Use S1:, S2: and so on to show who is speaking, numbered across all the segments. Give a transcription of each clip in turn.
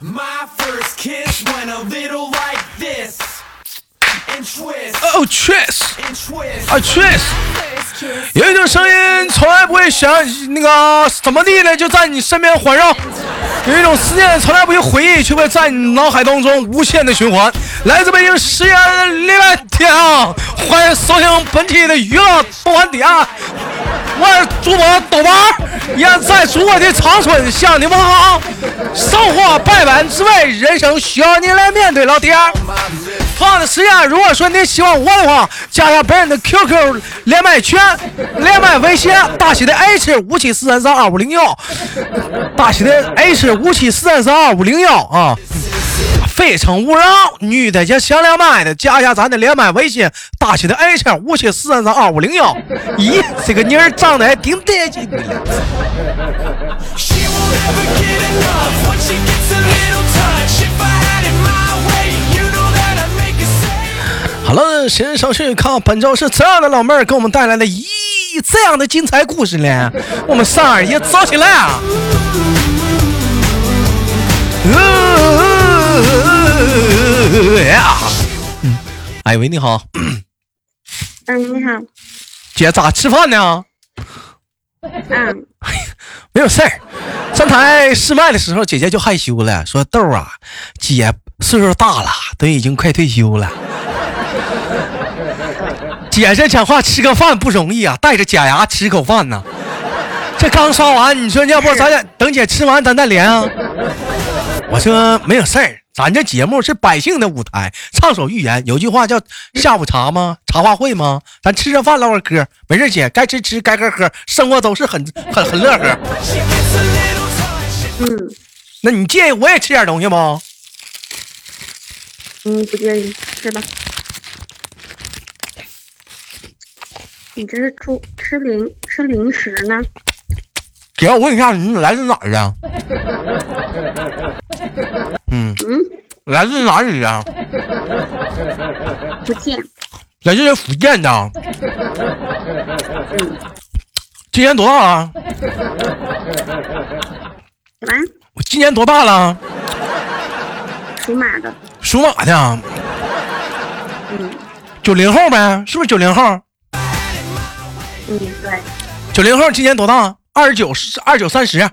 S1: My first kiss went a little like this. And twist,
S2: Oh, Chris，
S1: and twist.
S2: 啊 Chris，有一种声音从来不会响，那个怎么地呢，就在你身边环绕；有一种思念从来不会回忆，却会在你脑海当中无限的循环。来自北京时间礼拜天啊，欢迎收听本期的娱乐不完点啊。我是主播豆瓣儿，也在祖国的长春向你们好。生活百般滋味，人生需要你来面对。老弟儿，同样的时间，如果说您喜欢我的话，加上本人的 QQ 连麦群、连麦微信，大写的 H 五七四三三二五零幺，大写的 H 五七四三三二五零幺啊。非诚勿扰，女的也想连麦的，加一下咱的连麦微信，大写的 H 五七四三三二五零幺。咦，这个妮儿长得还挺得劲的。
S1: She won't ever get enough when she gets a little touch. If I had it my way, you know that I'd make it say.
S2: 好了，闲言少叙，看本周是这样的老妹儿给我们带来的一这样的精彩故事呢。我们三二一，走起来啊！呃哎嗯哎喂，你好，
S3: 嗯，你好。
S2: 姐咋吃饭呢？
S3: 嗯，
S2: 没有事儿。上台试麦的时候，姐姐就害羞了，说：“豆儿啊，姐岁数大了，都已经快退休了。姐这讲话吃个饭不容易啊，带着假牙吃口饭呢。这刚刷完，你说要不咱俩等姐吃完咱再连啊？我说没有事儿，咱这节目是百姓的舞台，畅所欲言。有句话叫下午茶吗？茶话会吗？咱吃着饭唠会嗑，没事姐，该吃吃，该喝喝，生活都是很很很乐呵。
S1: She gets a little touch. If
S2: 那你介意我也吃点东西不？
S3: 嗯，不介意，吃吧。你这是出吃零吃零食呢？
S2: 姐，我问一下，你来自哪儿 啊？嗯来自哪里啊？
S3: 不见。
S2: 来自福建的。今年多大了？
S3: 什么？
S2: 我今年多大了？
S3: 属马的。
S2: 属马的。嗯九零后呗，是不是九零后？
S3: 嗯，对。
S2: 九零后今年多大？啊二十九、二九、三十。啊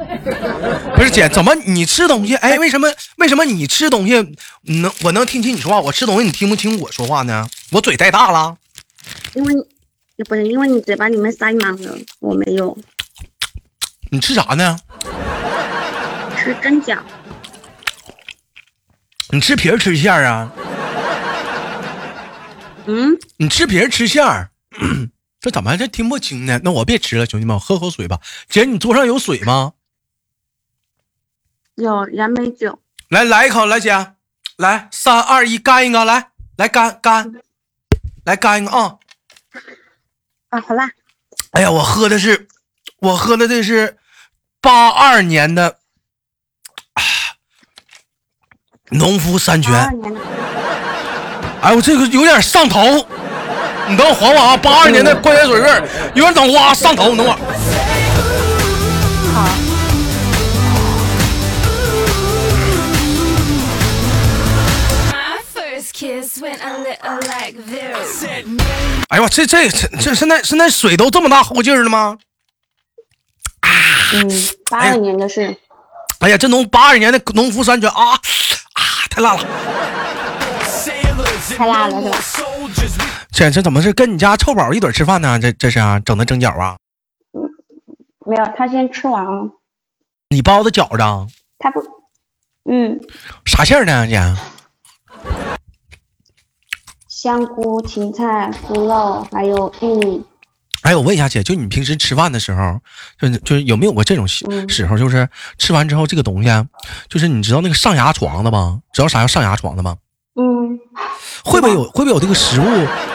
S2: 不是姐，怎么你吃东西？哎，为什么为什么你吃东西嗯能我能听清你说话，我吃东西你听不清我说话呢？我嘴太大了。
S3: 因为你不是因为你嘴巴里面塞满了，我没有
S2: 你吃啥呢？
S3: 吃蒸饺，
S2: 你吃皮儿吃馅儿啊？
S3: 嗯，
S2: 你吃皮儿吃馅儿， 这怎么还这听不清呢？那我别吃了，兄弟们，我喝口水吧。姐，你桌上有水吗？
S3: 有杨梅酒，
S2: 来来一口，来姐，来三二一，干一个，来来干干，来干一个啊！
S3: 啊，好啦，
S2: 哎呀，我喝的是，我喝的这是八二年的啊农夫山泉。
S3: 八二年的，
S2: 哎，我这个有点上头，你等我缓缓啊！八二年
S3: 嗯
S2: 的矿泉水味儿，有点等花上头，你等会儿。
S4: My first kiss went a little like this.
S1: said
S2: 哎呦我这这这这现在现在水都这么大后劲儿了吗？
S3: 嗯，八
S2: 哎呀
S3: 二年的是，
S2: 哎呀，这农八二年的农夫山泉啊啊，太辣了！
S1: sailors and
S3: 太辣
S1: no
S3: 了是
S1: more
S3: 吧？
S1: soldiers. We
S2: 这这怎么是跟你家臭宝一堆儿吃饭呢？这这是啊，整的蒸饺啊？
S3: 没有，他先吃完了，
S2: 你包的饺子啊
S3: 他不，嗯，
S2: 啥馅儿呢，姐？
S3: 香菇、芹菜、猪肉，还有玉米，
S2: 哎，我问一下姐，就你平时吃饭的时候，就是就是有没有过这种时
S3: 嗯
S2: 时候，就是吃完之后这个东西，啊就是你知道那个上牙床的吗？知道啥叫上牙床的吗？
S3: 嗯，
S2: 会不会有会不会有这个食物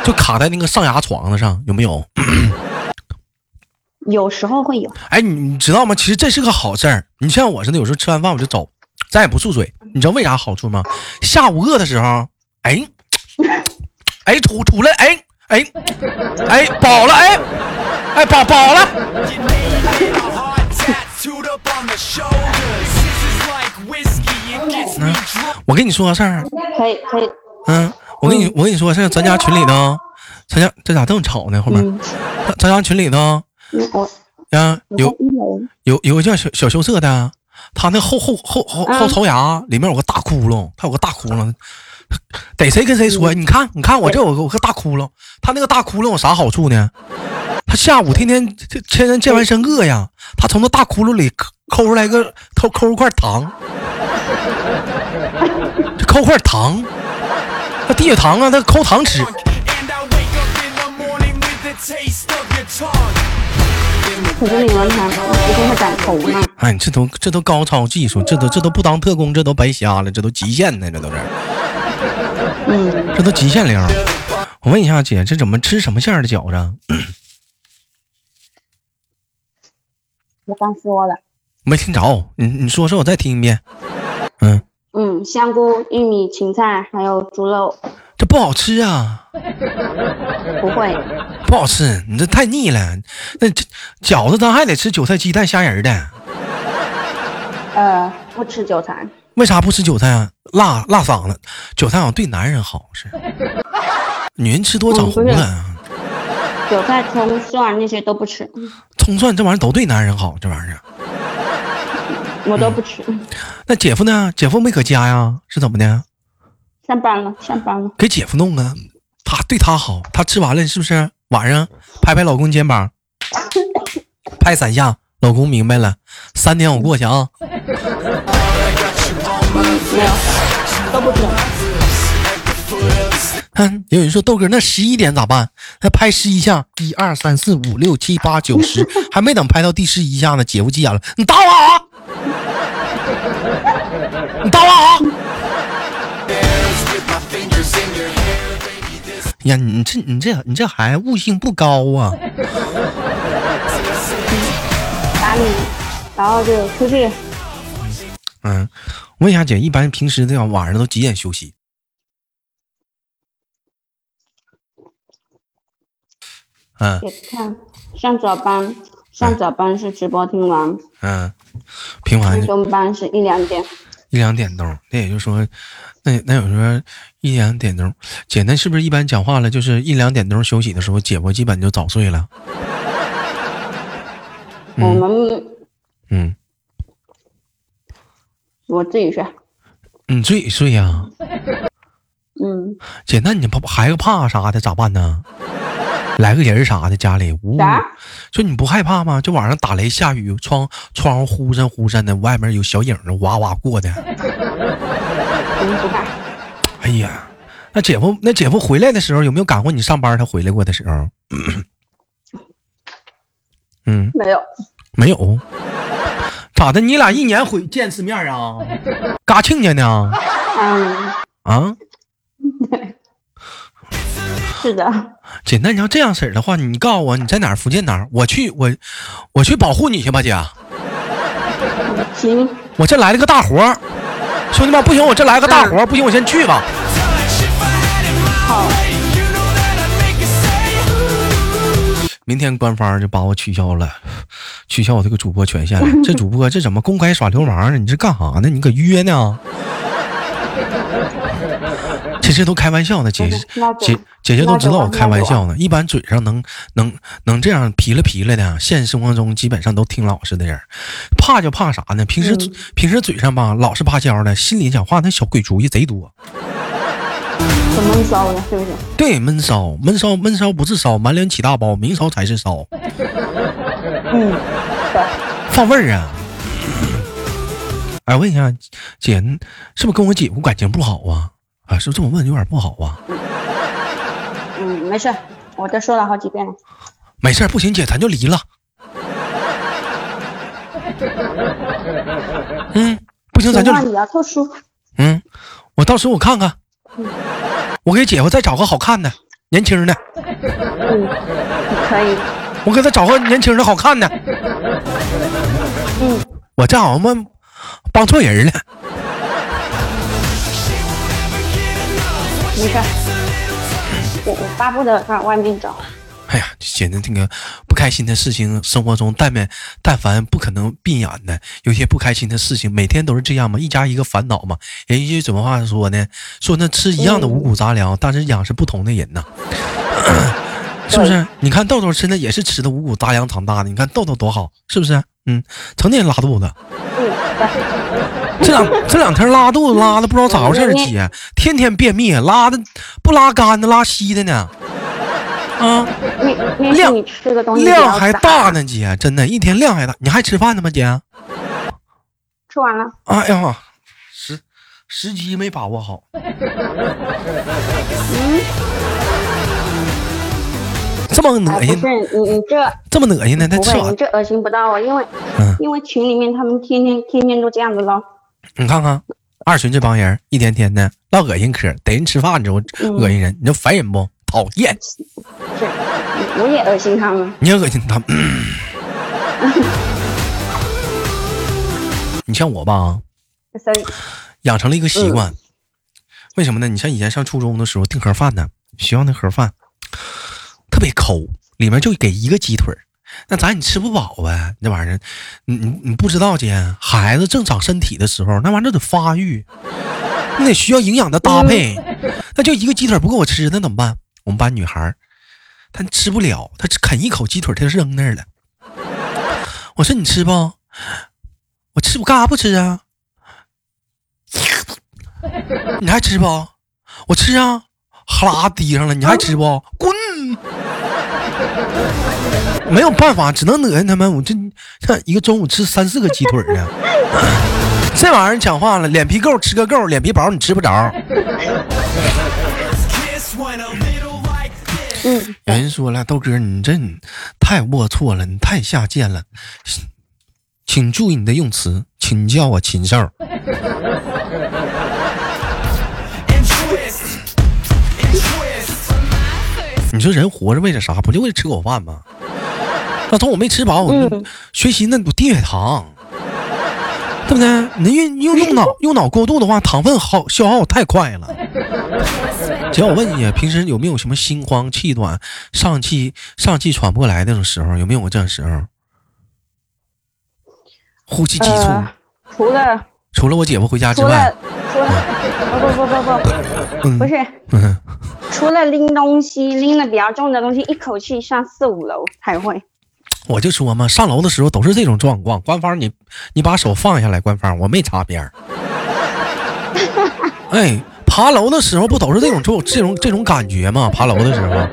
S2: 就卡在那个上牙床子上？有没有？
S3: 有时候会有，
S2: 哎，你你知道吗？其实这是个好事儿。你像我似的，有时候吃完饭我就走，咱也不漱嘴。你知道为啥好处吗？下午饿的时候，哎，哎吐吐了，哎哎哎饱了，哎哎饱饱了。
S1: get naked, a heart tattooed up on the shoulders. This is like whiskey, it gets me
S2: 我跟你说个事儿，啊
S5: 可以可以，
S2: 嗯，我跟你我跟你说个事儿，咱家群里头啊，咱家这咋这么吵呢？后面，咱咱家群里头啊
S5: 我
S2: 啊，
S5: 哎
S2: 有
S3: 一楼
S2: 有有个叫小小羞涩的，啊他那后后后后后槽牙里面有个大窟窿，他有个大窟窿，逮谁跟谁说，你看你看我这有个我个大窟窿，他那个大窟窿有啥好处呢？他下午天天这天天健完身饿呀，他从那大窟窿里抠抠出来一个抠抠一块糖， 这抠块糖，他地下糖啊，他抠糖吃。
S1: And I wake up in the morning with the taste of your tongue.
S5: 可是你们他不是会长头吗？
S2: 哎，这都这都高超技术，这都这都不当特工，这都白瞎了，这都极限呢，这都是，嗯，这都极限流。我问一下姐，这怎么吃什么馅儿的饺子？啊
S5: 我刚说了，
S2: 没听着，你你说说，我再听一遍。嗯，
S5: 嗯，香菇、玉米、芹菜还有猪肉，
S2: 这不好吃啊，
S5: 不会，
S2: 不好吃，你这太腻了。那这饺子咱还得吃韭菜、鸡蛋、虾仁儿的，
S5: 呃，不吃韭菜，
S2: 为啥不吃韭菜啊？辣辣嗓子，韭菜好像对男人好是，女人吃多长
S5: 嗯不
S2: 胡
S5: 是
S2: 子啊。
S5: 韭菜、葱、蒜那些都不吃，
S2: 葱蒜这玩意儿都对男人好，这玩意儿。啊
S5: 我都不吃。
S2: 那姐夫呢？姐夫没搁家呀？是怎么的？
S5: 上班了，上班了，
S2: 给姐夫弄啊？他对他好，他吃完了是不是？晚上拍拍老公肩膀，拍三下，老公明白了。三天我过去啊。嗯，有人说豆哥，那十一点咋办？那拍十一下，一二三四五六七八九十，还没等拍到第十一下呢，姐夫急眼了，你打我啊！你打我啊！呀，你这你这你这孩子悟性不高啊！
S5: 打你，然后就出去
S2: 嗯，我问一下姐，一般平时这样晚上都几点休息？嗯
S5: 也不看。上早班，上早班是直播听完，
S2: 嗯，平完
S5: 上中班是一两点。
S2: 一两点钟，那也就是说，那那有时候一两点钟，姐那是不是一般讲话了，就是一两点钟休息的时候，姐夫基本就早睡了？
S5: 我们
S2: 嗯，
S5: 我自己睡，
S2: 你自己睡呀、
S5: 嗯，
S2: 姐，那你怕孩子怕啥的咋办呢？来个人儿啥的，家里呜，
S5: 啥
S2: 就你不害怕吗？就晚上打雷下雨，窗窗户忽闪忽闪的，外面有小影子哇哇过的。
S5: 我们不看。
S2: 哎呀，那姐夫那姐夫回来的时候有没有赶过你上班？他回来过的时候？嗯，
S5: 没有，
S2: 没有。咋的？你俩一年回见次面啊？嘎亲家呢？
S5: 嗯，
S2: 啊，
S5: 是的，
S2: 姐，那你要这样式儿的话，你告诉我你在哪儿？福建哪儿？我去，我我去保护你去吧，姐。
S5: 行，
S2: 我这来了个大活儿，兄弟们，不行，我这来个大活儿，不行，我先去吧。
S1: Touch if I had it my way, you know that I'd make it say. Ooh.
S2: 明天官方就把我取消了，取消我这个主播权 限了。这主播这怎么公开耍流氓呢？啊你这干啥呢？你搁约呢？其实都开玩笑呢，姐
S5: 那就
S2: 姐姐姐都知道我开玩笑呢。一般嘴上能能能这样皮了皮了的，啊现实生活中基本上都挺老实的人。怕就怕啥呢？平时、
S5: 嗯
S2: 平时嘴上吧老实巴交的，心里讲话那小鬼主意贼多。
S5: 怎么烧的，是不是？
S2: 对，闷烧，闷烧，闷烧不是烧，满脸起大包，明烧才是烧。嗯，放味儿啊。哎，问一下，姐，是不是跟我姐夫感情不好啊？啊，是不是这么问有点不好啊？
S5: 嗯，没事儿，我都说了好几遍了。
S2: 没事儿，不行，姐，咱就离了。嗯，不行，咱就
S5: 情况比较特殊，
S2: 嗯，我到时候我看看，我给姐夫再找个好看的、年轻的，
S5: 嗯，可以，
S2: 我给他找个年轻人好看的。嗯，我这好像帮错人了。
S5: 没事儿。我我巴不得上外面找，
S2: 哎呀，显得那个不开心的事情，生活中但面但凡不可能避免的，有些不开心的事情，每天都是这样嘛，一家一个烦恼嘛。人家怎么话说呢？说那吃一样的五谷杂粮，但是养是不同的人呐。是不是？你看豆豆现在也是吃的五谷杂粮长大的，你看豆豆多好，是不是？嗯，成天拉肚子，
S5: 嗯
S2: 这两这两天拉肚子拉的不知道咋回事
S5: 嗯
S2: 儿，姐，天天便秘，拉的不拉干的拉稀的呢，啊，
S5: 你你是
S2: 量
S5: 你吃个东西比较
S2: 量还大呢，姐，真的，一天量还大，你还吃饭呢吗，姐？
S5: 吃完了，
S2: 哎呀，时时机没把握好。 这么恶心，
S5: 哎，不是你你这
S2: 这么恶心呢？他
S5: 不
S2: 吃
S5: 会，
S2: 完
S5: 你，这恶心不到我，因为
S2: 嗯，
S5: 因为群里面他们天天天天都这样子唠，
S2: 你看看二群这帮人，一天天的唠恶心嗑，逮人吃饭的时候
S5: 嗯
S2: 恶心人，你说烦人不？讨厌，
S5: 是，我也恶心他们。
S2: 你也恶心他们。你像我吧，
S5: 所以
S2: 养成了一个习惯。为什么呢？你像以前上初中的时候订盒饭呢，学校那盒饭特别抠，里面就给一个鸡腿儿那咱你吃不饱呗，那玩意儿，你你你不知道姐，孩子正长身体的时候，那玩意儿得发育，你得需要营养的搭配。 那就一个鸡腿儿不够我吃，那怎么办？我们班女孩儿她吃不了，她只啃一口鸡腿儿，她就扔那儿了。我说你吃不？我吃，我干啥不吃啊？你还吃不？我吃啊，哈喇滴上了，你还吃不？滚！ 没有办法，只能恶心他们。我这这一个中午吃三四个鸡腿呢， 这玩意儿讲话了，脸皮够吃个够，脸皮薄你吃不着。
S1: Kiss when a little like this.
S2: 有人说了，豆哥，你这你太龌龊了，你太下贱了， 请注意你的用词，请叫我禽兽。
S1: And twist. And twist.
S2: 你说人活着为了啥？不就为了吃口饭吗？那从我没吃饱，我、
S5: 嗯
S2: 学习那我低血糖，对不对？你用用 用脑用脑过度的话，糖分耗消耗太快了。姐，我问你，平时有没有什么心慌气短、上气上气喘不过来那种时候？有没有过这时候？呼吸急促，
S5: 呃，除了
S2: 除了我姐夫回家之
S5: 除了
S2: 外，
S5: 除了，不不不不不，不是，
S2: 嗯，
S5: 除了拎东西，拎的比较重的东西，一口气上四五楼才会。
S2: 我就说嘛，上楼的时候都是这种状况。官方你，你把手放下来，官方我没擦边儿。 哎，爬楼的时候不都是这种这种这种感觉吗？爬楼的时候，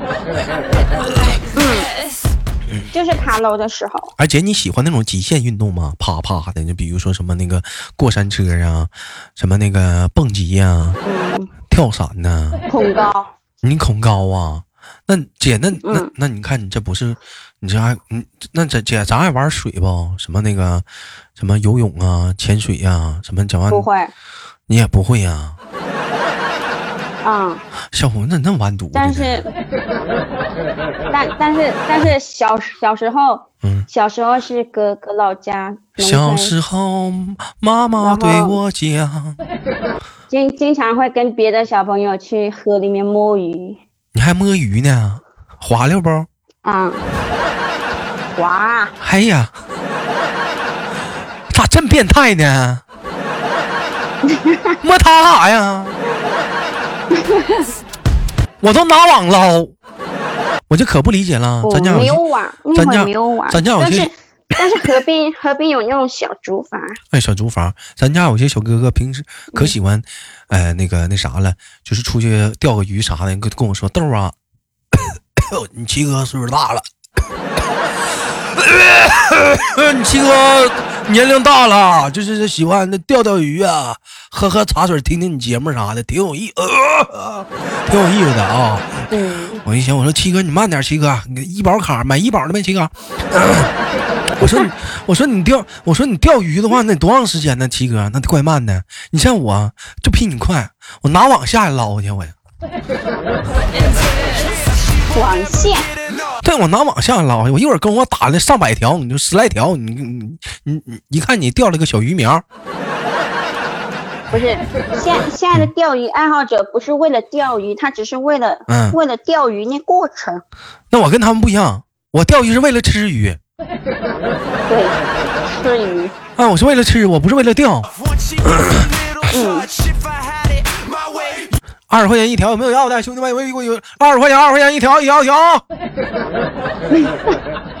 S5: 就是爬楼的时候，
S2: 哎姐，你喜欢那种极限运动吗？啪啪的，就比如说什么那个过山车啊，什么那个蹦极呀、
S5: 嗯，
S2: 跳伞呐、
S5: 恐高，
S2: 你恐高啊？那姐，那那
S5: 嗯
S2: 那你看你这不是，你这还嗯，那这姐咱爱玩水不？什么那个，什么游泳啊、潜水呀、什么讲完
S5: 不会，
S2: 你也不会呀、
S5: 嗯，
S2: 小红怎么那么完犊子呢？
S5: 但是，
S2: 嗯
S5: 但但是但是小小时候，
S2: 嗯
S5: 小时候是搁搁老家农
S2: 小
S5: 村，
S2: 时候妈妈对我讲，
S5: 经经常会跟别的小朋友去河里面摸鱼，
S2: 你还摸鱼呢，滑溜不？
S5: 啊、哇，
S2: 哎呀，咋这么变态 呢？摸它干啥呀？我都拿网捞，我就可不理解了。
S5: 我
S2: 咱家有
S5: 哦没
S2: 些
S5: 有网，那
S2: 咱
S5: 会
S2: 家
S5: 儿没有网，
S2: 咱家有
S5: 但
S2: 些
S5: 是但是河边河边有那种小竹筏，
S2: 哎，小竹筏，咱家有些小哥哥平时可喜欢，呃，那个那啥了，就是出去钓个鱼啥的，跟跟我说豆儿啊， 你七哥岁数大了， 你七哥年龄大了，就是喜欢钓钓鱼啊，喝喝茶水，听听你节目啥的，挺有意，呃、挺有意思的啊。
S5: 嗯，
S2: 我一想，我说七哥，你慢点，七哥，你医保卡买医保了没，七哥？我说你，我说你钓，我说你钓鱼的话，那得多长时间呢，七哥？那得怪慢的。你像我，就比你快，我拿网下来捞去，我。
S5: 网线，
S2: 对，我拿网下来捞去，我一会儿跟我打了上百条，你就十来条，你你你你，一看你钓了个小鱼苗，
S5: 不是，现现在的钓鱼爱好者不是为了钓鱼，他只是为了、
S2: 嗯
S5: 为了钓鱼那过程。
S2: 那我跟他们不一样，我钓鱼是为了吃鱼，
S5: 对，吃鱼。
S2: 啊，我是为了吃，我不是为了钓。二十块钱一条，有没有要的？兄弟们，有没有有有二十块钱，二十块钱一条，一条一条啊。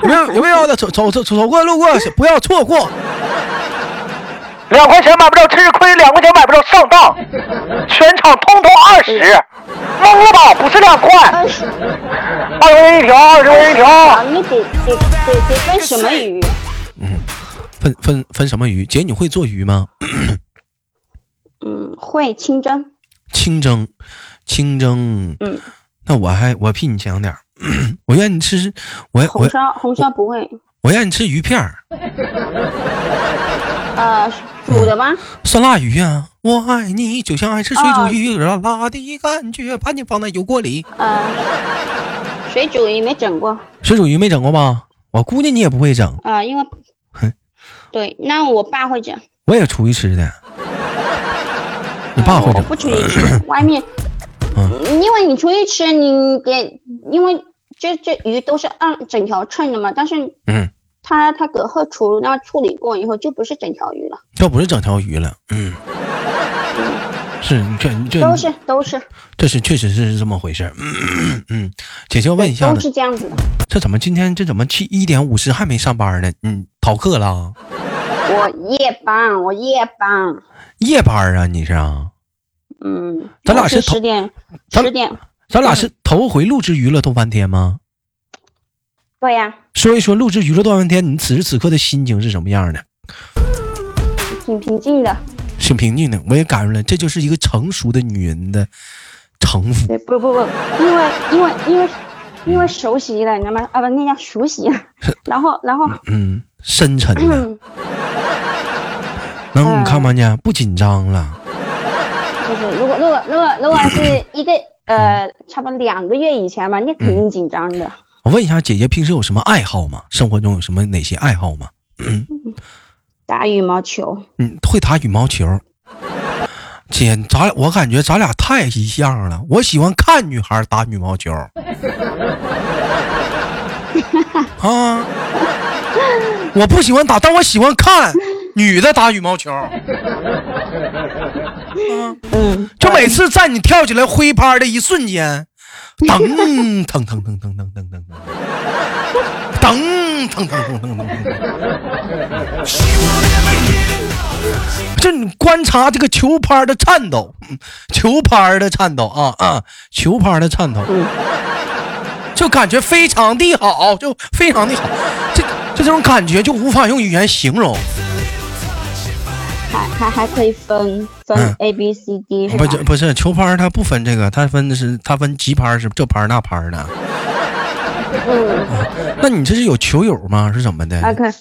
S2: 有没有有没有要的？走走走走过路过，不要错过。
S6: 两块钱买不着吃亏，两块钱买不着上当，全场通通二十，懵了吧？不是两块，
S5: 二十
S6: 二十块钱一条，二十块钱一条
S5: 啊，。你得得得得分什么鱼？
S2: 分分分什么鱼？姐，你会做鱼吗？
S5: 嗯，会清蒸。
S2: 清蒸，清蒸。
S5: 嗯。
S2: 那我还我比你强点儿 我愿你吃，我
S5: 红
S2: 我
S5: 烧红烧不会，
S2: 我愿你吃鱼片儿，
S5: 呃，煮的吗？
S2: 酸辣鱼啊！我爱你，就像爱吃水煮
S5: 哦
S2: 鱼，有点辣的感觉，把你放在油锅里。
S5: 呃，水煮鱼没整过，
S2: 水煮鱼没整过吧？我估计你也不会整，
S5: 啊、因为
S2: 嘿，
S5: 对，那我爸会整，
S2: 我也出去吃的。你爸会
S5: 我
S2: 整
S5: 哦不出去 吃，外面，
S2: 呃嗯
S5: 因为你出去吃，你给，因为这这鱼都是按整条称的嘛，但是
S2: 嗯，
S5: 它它隔后处那处理过以后就不是整条鱼了，
S2: 这不是整条鱼了，嗯，是你这你这
S5: 都是都是
S2: 这是确实是这么回事儿。嗯嗯，姐姐，我问一下
S5: 都
S2: 子，
S5: 是这样子的。
S2: 这怎么今天这怎么去一点五十还没上班呢？嗯，逃课了啊，
S5: 我夜班，我夜班，
S2: 夜班啊？你是啊？
S5: 嗯，
S2: 咱俩是同
S5: 十点
S2: 咱
S5: 十点，
S2: 咱俩
S5: 嗯
S2: 是头回录制娱乐动翻天吗？
S5: 对呀、
S2: 说一说录制娱乐动翻天，你此时此刻的心情是什么样的？
S5: 挺平静的，
S2: 挺平静的，我也感受了，这就是一个成熟的女人的城府。
S5: 对，不不不，因为因为因为因为熟悉了，你知道吗？啊不，那叫熟悉 了，然后然后
S2: 嗯，深沉的，
S5: 嗯
S2: 能你看吗？呢，不紧张了，
S5: 就是如果如果如果如果是一个呃，差不多两个月以前吧，那肯
S2: 嗯
S5: 定紧张的。
S2: 我问一下，姐姐平时有什么爱好吗？生活中有什么哪些爱好吗？
S5: 打羽毛球，
S2: 嗯，会打羽毛球。姐，咱俩我感觉咱俩太一样了。我喜欢看女孩打羽毛球。啊，我不喜欢打，但我喜欢看女的打羽毛球。啊
S5: 嗯，
S2: 就每次在你跳起来挥拍的一瞬间，噔腾腾腾腾腾腾腾腾，噔腾腾腾腾腾腾，这你观察这个球拍的颤抖，嗯球拍的颤抖啊啊，球拍的颤抖，就感觉非常的好，就非常的好，这这种感觉就无法用语言形容。
S5: 还还还可以分
S2: 嗯
S5: 分 A B C D 是吧
S2: 不？是不是球拍，它不分这个，它分的是它分急拍是这拍那拍的。嗯，那你这是有球友吗？是怎么的？
S5: 啊，可以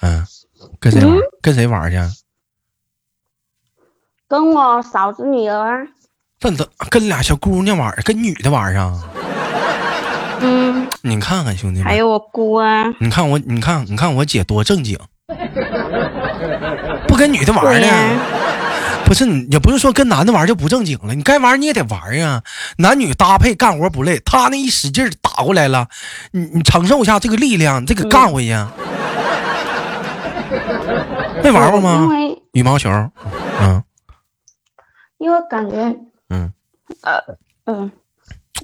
S2: 嗯，跟谁玩？跟谁玩去？
S5: 跟我嫂子女儿啊，
S2: 这怎跟俩小姑娘玩儿？跟女的玩儿啊？
S5: 嗯，
S2: 你看看兄弟
S5: 还
S2: 们，
S5: 有我姑啊，
S2: 你看我，你看，你看我姐多正经，不跟女的玩儿呢。
S5: 对呀，
S2: 不是你，也不是说跟男的玩就不正经了，你该玩你也得玩呀、男女搭配干活不累，他那一使劲儿打过来了，你你承受一下这个力量，你
S5: 嗯
S2: 这个干回去呀。没玩过
S5: 因
S2: 吗？
S5: 为
S2: 羽毛球，嗯
S5: 因为感觉
S2: 嗯，
S5: 嗯，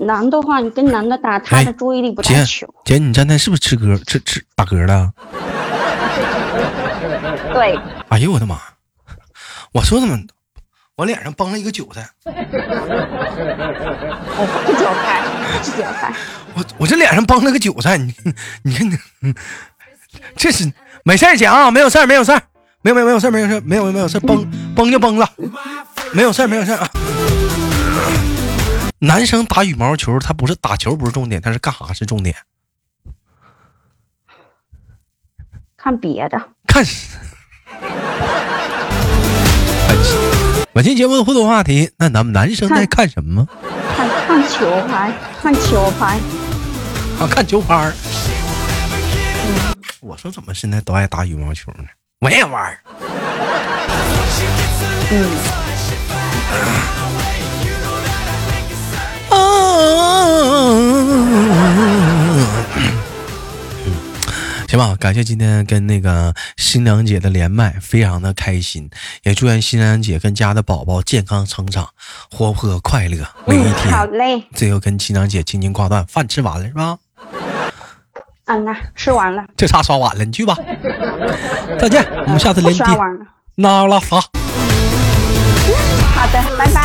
S5: 男的话，你跟男的打，他的注意力不
S2: 哎姐
S5: 在球。
S2: 姐，你刚才是不是吃嗝吃吃打嗝了？
S5: 对，
S2: 哎呦我的妈！我说怎么，我脸上崩了一个韭菜，
S5: 我不是韭菜，不是韭菜。
S2: 我我这脸上崩了个韭菜，你你看你，这是没事儿姐啊，没有事儿，没有事儿，没有没有没有事儿，没有事儿，没有没有事儿，崩崩就崩了，没有事儿，没有事儿啊。男生打羽毛球，他不是打球不是重点，他是干啥是重点？
S5: 看别的，
S2: 看是。 本期节目的互动话题，那咱们男生在看什么？
S5: 看看球拍，看球拍。
S2: 啊，看球拍儿。我说怎么现在都爱打羽毛球呢？我也玩儿。
S1: 嗯。
S2: 啊行吧，感谢今天跟那个新娘姐的连麦，非常的开心，也祝愿新娘姐跟家的宝宝健康成长，活泼快乐每一天。
S5: 嗯好嘞，
S2: 最后跟新娘姐轻轻挂断，饭吃完了是吧？
S5: 嗯呐，吃完了，
S2: 这茶刷碗了，你去吧。再见，我们下次
S5: 不
S2: 连接
S5: 刷。碗了。
S2: 那拉撒。
S5: 好的，拜拜。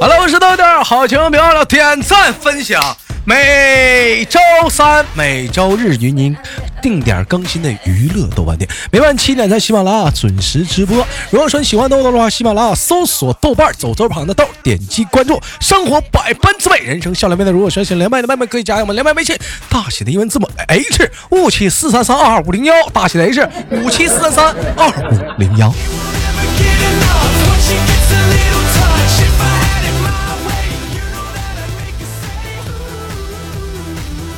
S2: 好了，我是豆豆，好情别忘了点赞分享。每周三、每周日与您定点更新的娱乐豆瓣店，每晚七点在喜马拉雅准时直播。如果说你喜欢豆豆的话，喜马拉雅搜索豆瓣儿走周旁的豆，点击关注，生活百般滋味，人生笑脸面的。如果说想连麦的麦麦可以加我们连麦微信，大写的英文字母 H 五七四三三二五零幺，大写的 H 五七四三三二五零幺。
S1: Get enough when she gets a little